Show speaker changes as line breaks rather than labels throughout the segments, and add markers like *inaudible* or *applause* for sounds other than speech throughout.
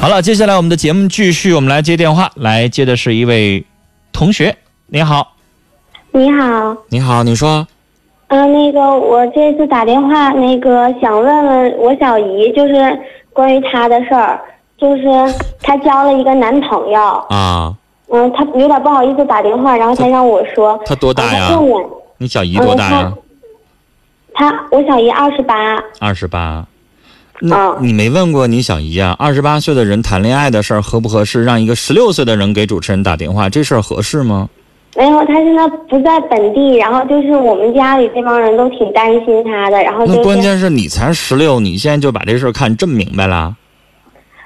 好了，接下来我们的节目继续，我们来接电话，来接的是一位同学，你好，
你好，
你好，你说，
嗯、那个我这次打电话，那个想问问我小姨，就是关于她的事儿，就是她交了一个男朋友，
啊，
嗯，她有点不好意思打电话，然后她让我说，
他多大
她
呀？
问我，
你小姨多大呀？
她我小姨二十八，
二十八。
啊
那你没问过你小姨啊？二十八岁的人谈恋爱的事儿合不合适？让一个十六岁的人给主持人打电话，这事儿合适吗？
没有，她现在不在本地，然后就是我们家里这帮人都挺担心她的，然后就
那
是
关键是你才十六，你现在就把这事儿看这么明白了。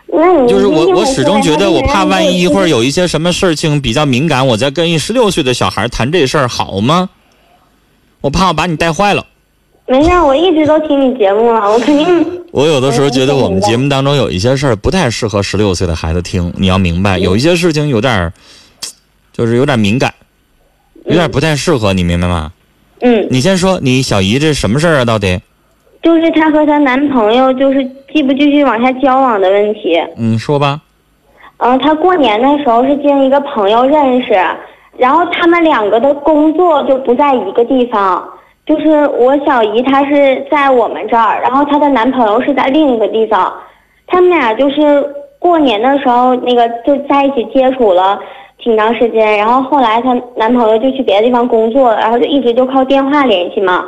那你
就是
你
我，
听
我始
说
终
呀
觉
她
得我
这个
怕
人
万
就
一一
是
会儿有一些什么事情比较敏感，我再跟一十六岁的小孩谈这事儿好吗？我怕我把你带坏了。
没事儿，我一直都听你节目啊了，我肯定
我有的时候觉得我们节目当中有一些事儿不太适合十六岁的孩子听，你要明白，有一些事情有点儿，就是有点敏感，有点不太适合，你明白吗？
嗯。
你先说，你小姨这什么事儿啊？到底？
就是她和她男朋友就是继不继续往下交往的问题。
嗯，说吧。
嗯，她过年的时候是经一个朋友认识，然后他们两个的工作就不在一个地方。就是我小姨她是在我们这儿，然后她的男朋友是在另一个地方，他们俩就是过年的时候那个就在一起接触了挺长时间，然后后来她男朋友就去别的地方工作了，然后就一直就靠电话联系嘛。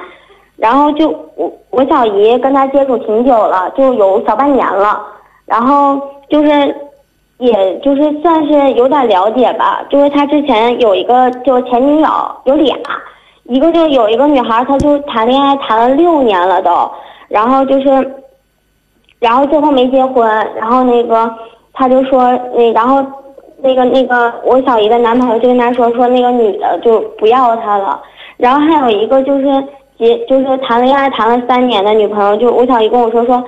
然后就我我小姨跟他接触挺久了，就有小半年了，然后就是，也就是算是有点了解吧，就是他之前有一个就前女友有俩，一个就有一个女孩，她就谈恋爱谈了六年了都，然后就是，然后最后没结婚，然后那个他就说那然后。那个那个，我小姨的男朋友就跟她说说那个女的就不要他了，然后还有一个就是结，就是谈恋爱谈了三年的女朋友，就我小姨跟我说说，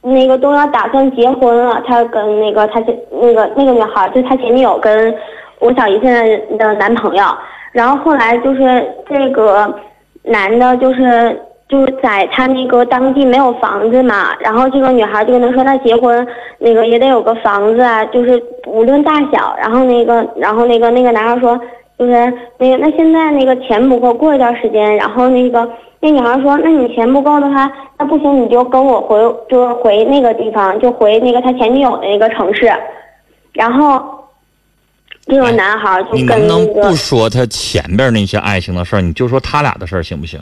那个都要打算结婚了，她跟那个她前那个那个女孩，就她前女友跟我小姨现在的男朋友，然后后来就是这个男的，就是就是在他那个当地没有房子嘛，然后这个女孩就跟他说，她结婚那个也得有个房子啊，就是无论大小，然后那个然后那个那个男孩说。就是那个，那现在那个钱不够，过一段时间，然后那个那女孩说，那你钱不够的话，那不行，你就跟我回，就是回那个地方，就回那个他前女友的那个城市，然后这个
哎
男孩就
你能不
跟那
能
个、
不说他前边那些爱情的事儿，你就说他俩的事儿行不行？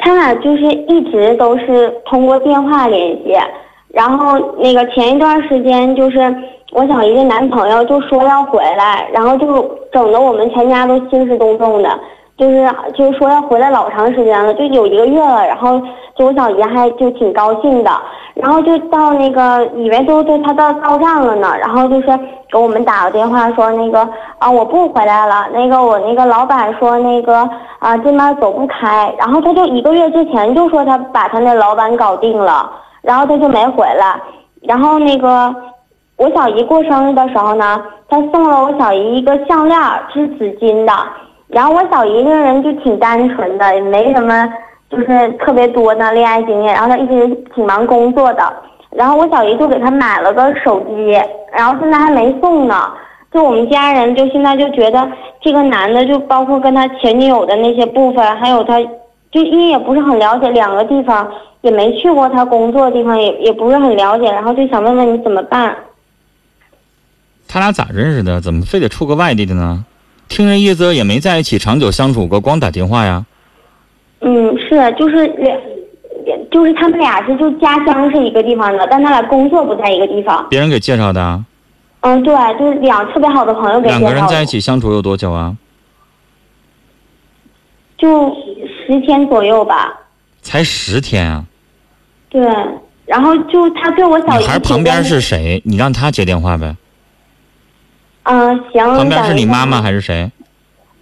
他俩就是一直都是通过电话联系，然后那个前一段时间就是我小姨的男朋友就说要回来，然后就整得我们全家都兴师动众的，就是就是说要回来老长时间了，就有一个月了，然后就我小姨还就挺高兴的，然后就到那个以为都对他到到站了呢，然后就是给我们打个电话说那个啊我不回来了，那个我那个老板说那个啊这边走不开，然后他就一个月之前就说他把他那老板搞定了，然后他就没回来，然后那个我小姨过生日的时候呢，他送了我小姨一个项链儿，是紫金的。然后我小姨这个人就挺单纯的，也没什么就是特别多的恋爱经验。然后她一直挺忙工作的。然后我小姨就给她买了个手机，然后现在还没送呢。就我们家人就现在就觉得这个男的，就包括跟他前女友的那些部分，还有他，就因为也不是很了解两个地方，也没去过他工作的地方，也也不是很了解，然后就想问问你怎么办。
他俩咋认识的？怎么非得处个外地的呢？听这意思也没在一起长久相处过，光打电话呀？
嗯，是，就是两，就是他们俩是就家乡是一个地方的，但他俩工作不在一个地方。
别人给介绍的啊？
嗯，对，就是两特别好的朋友给
两
介
个
绍
人在
的
一，起相处有多久啊？
就十天左右吧。
才十天啊！
对，然后就他对我小姨
女孩
挺
旁边
关
是谁？你让她接电话呗。
嗯、行，
旁边是
等一
你
下
妈妈还是谁？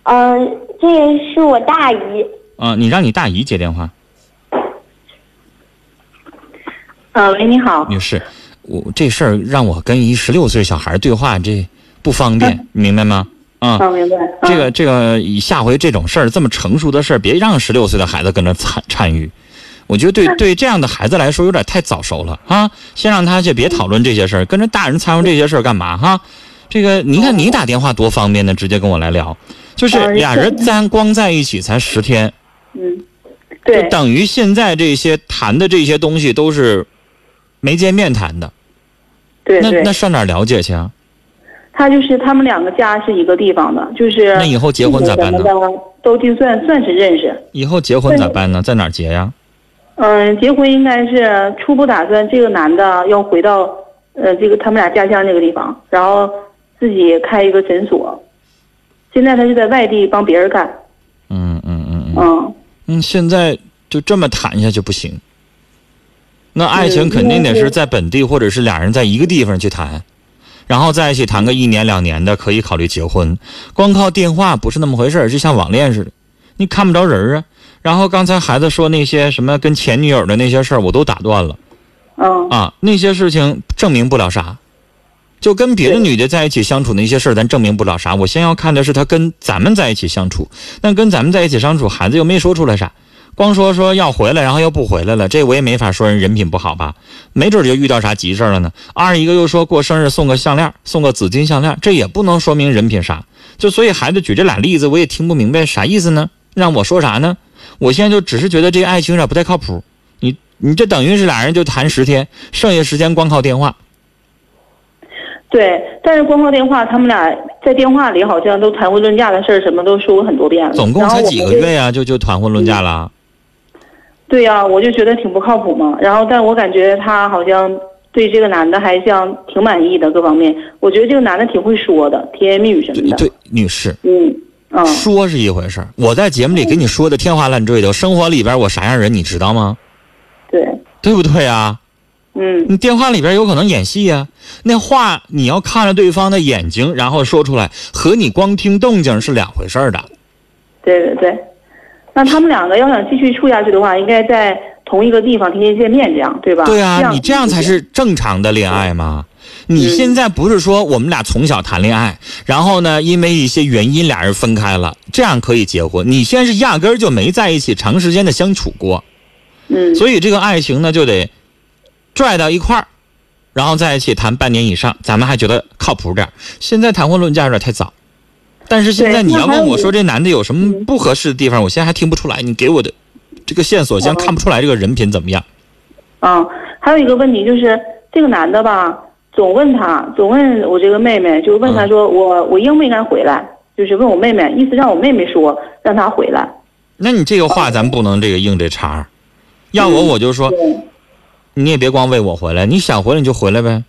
嗯、这是我大姨。
啊、你让你大姨接电话，
呃，喂，你好，
女士，我这事儿让我跟一十六岁小孩对话，这不方
*laughs*
便，你明白吗？啊、
哦，明白，嗯
这个这个，以下回这种事儿，这么成熟的事儿，别让十六岁的孩子跟着参参与。我觉得
嗯
对对这样的孩子来说有点太早熟了啊！先让他
嗯
去别讨论这些事儿，跟着大人掺和这些事儿干嘛哈、这个你
哦
看你打电话多方便呢，直接跟我来聊，就是
嗯
俩
是
人咱光在一起才十天，
嗯，
对，
等于现在这些谈的这些东西都是没见面谈的，
对
那
对
那，上哪儿了解去啊？
他就是他们两个家是一个地方的，就是
那以后结婚咋办呢
父母什么的都就算算是认识。
以后结婚咋办呢？在哪儿结呀？
嗯，结婚应该是初步打算，这个男的要回到呃这个他们俩家乡这个地方，然后自己开一个诊所。现在他是在外地帮别人干，
嗯嗯嗯嗯
嗯，
嗯，现在就这么谈下去不行。那爱情肯定得是在本地或者是俩人在一个地方去谈，然后在一起谈个一年两年的，可以考虑结婚。光靠电话不是那么回事儿，就像网恋似的，你看不着人儿啊。然后刚才孩子说那些什么跟前女友的那些事儿，我都打断了
嗯，
啊，那些事情证明不了啥。就跟别的女的在一起相处那些事儿，咱证明不了啥。我先要看的是她跟咱们在一起相处，那跟咱们在一起相处，孩子又没说出来啥，光说说要回来，然后又不回来了，这我也没法说人人品不好吧？没准儿就遇到啥急事儿了呢。二一个又说过生日送个项链，送个紫金项链，这也不能说明人品啥。就所以孩子举这俩例子，我也听不明白啥意思呢？让我说啥呢？我现在就只是觉得这个爱情有点不太靠谱。你你这等于是俩人就谈十天，剩下时间光靠电话。
对。但是光靠电话，他们俩在电话里好像都谈婚论嫁的事儿，什么都说过很多遍了。
总共
然后
才
我
几
们
个
就
月呀、就就谈婚论嫁了。
对呀、我就觉得挺不靠谱嘛。然后，但我感觉他好像对这个男的还像挺满意的各方面。我觉得这个男的挺会说的，甜言蜜语什么的。
对，女士，
嗯嗯，
说是一回事儿，我在节目里给你说的天花乱坠的，生活里边我啥样人你知道吗？
对，
对不对啊？
嗯
你电话里边有可能演戏呀、那话你要看着对方的眼睛，然后说出来，和你光听动静是两回事儿的。
对对对。那他们两个要想继续处下去的话，应该在同一个地方天天见面，这样对吧？
对
这
啊，
样嗯
你这样才是正常的恋爱嘛。你现在不是说我们俩从小谈恋爱，然后呢，因为一些原因俩人分开了，这样可以结婚？你现在是压根儿就没在一起长时间的相处过，
嗯，
所以这个爱情呢就得拽到一块儿，然后在一起谈半年以上，咱们还觉得靠谱点儿。现在谈婚论嫁有点太早，但是现在
对
你
那
要
还
问
有
我
一嗯
说这男的有什么不合适的地方，我现在还听不出来。你给我的这个线索，现
哦
在看不出来这个人品怎么样。
嗯，还有一个问题就是这个男的吧，总问他，总问我这个妹妹，就问他说
嗯
我、我应不应该回来，就是问我妹妹，意思让我妹妹说让他回来。
那你这个话咱不能这个硬这茬儿，要我我就说
对
你也别光为我回来，你想回来你就回来呗。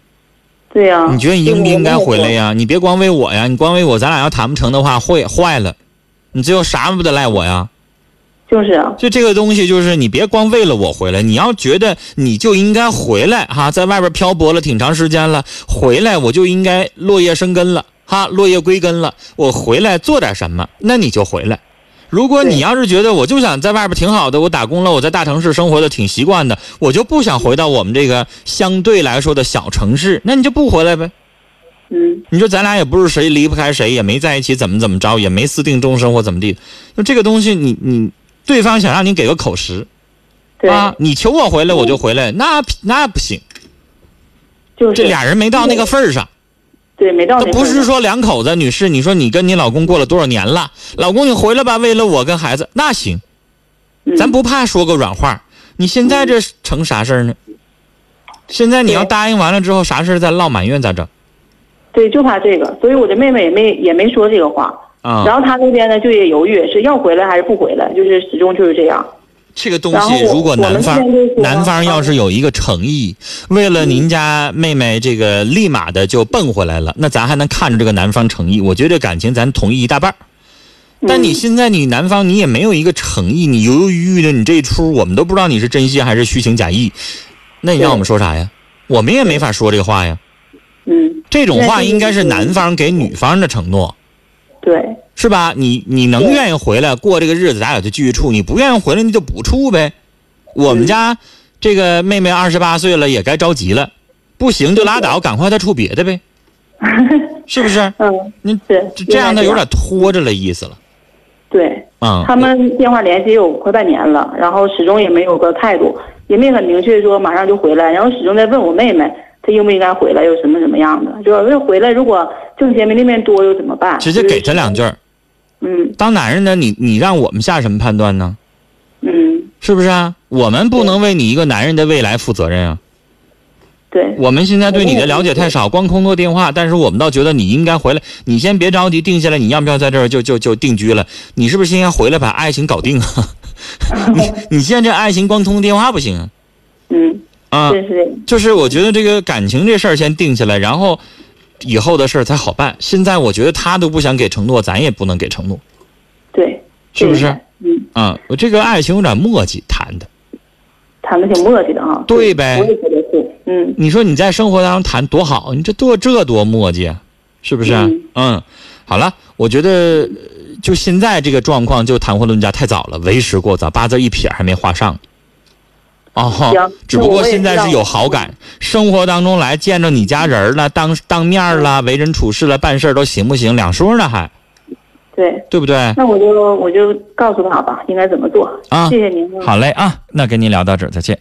对啊呀、
你觉得你应不应该回来呀？你别光为啊我呀，你光为我，咱俩要谈不成的话，会坏了，你最后啥不得赖我呀？
就是啊，
就这个东西，就是你别光为了我回来，你要觉得你就应该回来哈，在外边漂泊了挺长时间了，回来我就应该落叶生根了哈，落叶归根了，我回来做点什么，那你就回来。如果你要是觉得我就想在外边挺好的，我打工了，我在大城市生活的挺习惯的，我就不想回到我们这个相对来说的小城市，那你就不回来呗。
嗯，
你说咱俩也不是谁离不开谁，也没在一起怎么怎么着，也没私定终身或怎么地。就这个东西你，你对方想让你给个口实
对，
啊，你求我回来我就回来，那那不行，
就是
这俩人没到那个份儿上。
对没到
他
那
不
份
是
儿
说两口子，女士，你说你跟你老公过了多少年了？老公你回来吧，为了我跟孩子，那行，
嗯
咱不怕说个软话。你现在这成啥事儿呢？现在你要
对
答应完了之后，啥事儿再落满月咋整
对，就怕这个，所以我的妹妹也没也没说这个话。
啊？
然后他那边呢就也犹豫，是要回来还是不回来，就是始终就是这样。
这个东
然后
西，如果
我
男
们
方
现在就是说
男方要是有一个诚意，为了您家妹妹这个立马的就奔回来了，那咱还能看着这个男方诚意，我觉得这感情咱同意一大半儿。
嗯
但你现在你男方你也没有一个诚意，你犹犹豫豫的，你这一出我们都不知道你是真心还是虚情假意，那你让我们说啥呀？我们也没法说这个话呀。
嗯，
这种话
对
应该是男方给女方的承诺。
对
是吧？你你能
对
愿意回来过这个日子，咱俩就继续处；你不愿意回来，你就不处呗。我
嗯
们家这个妹妹二十八岁了，也该着急了，不行就拉倒，赶快再处别
*laughs*
的呗，是不是？
嗯，
你
是
这这样的有
应该
点拖着了意思了。
对
啊、
他们电话联系也有快半年了，然后始终也没有个态度，也没很明确说马上就回来，然后始终在问我妹妹，她应不应该回来，又什么什么样的，就是问回来如果挣钱没那边多又怎么办？
直接给他两
句。
句儿。
嗯
当男人的你，你让我们下什么判断呢？
嗯，
是不是啊？我们不能为你一个男人的未来负责任啊！
对
我们现在对你的了解太少，光空个电话，但是我们倒觉得你应该回来。你先别着急定下来，你要不要在这儿就就就定居了？你是不是先应该回来把爱情搞定啊？ *laughs* 你你现在这爱情光通电话不行啊！
嗯，
啊，
真是的，
就是我觉得这个感情这事儿先定下来，然后以后的事儿才好办。现在我觉得他都不想给承诺，咱也不能给承诺，
对，
是不
这
是
个？？嗯，
啊，我这个爱情有点墨迹谈的。
谈的挺磨叽的哈。
对呗
我也觉得是。嗯
你说你在生活当中谈多好，你这多这多墨迹啊，是不是啊、
嗯
嗯，好了，我觉得呃就现在这个状况就谈婚论嫁太早了，为时过早，八字一撇还没画上。哦
行，
只不
那
过
我也
现在
知道
是有好感，生活当中来见着你家人儿了，当当面儿
嗯
了，为人处事了，办事儿都行不行？两说呢还，
对，
对不对？
那我就我就告诉他吧，应该怎么做。
啊
谢谢您啊。
好嘞啊，那跟您聊到这儿，再见。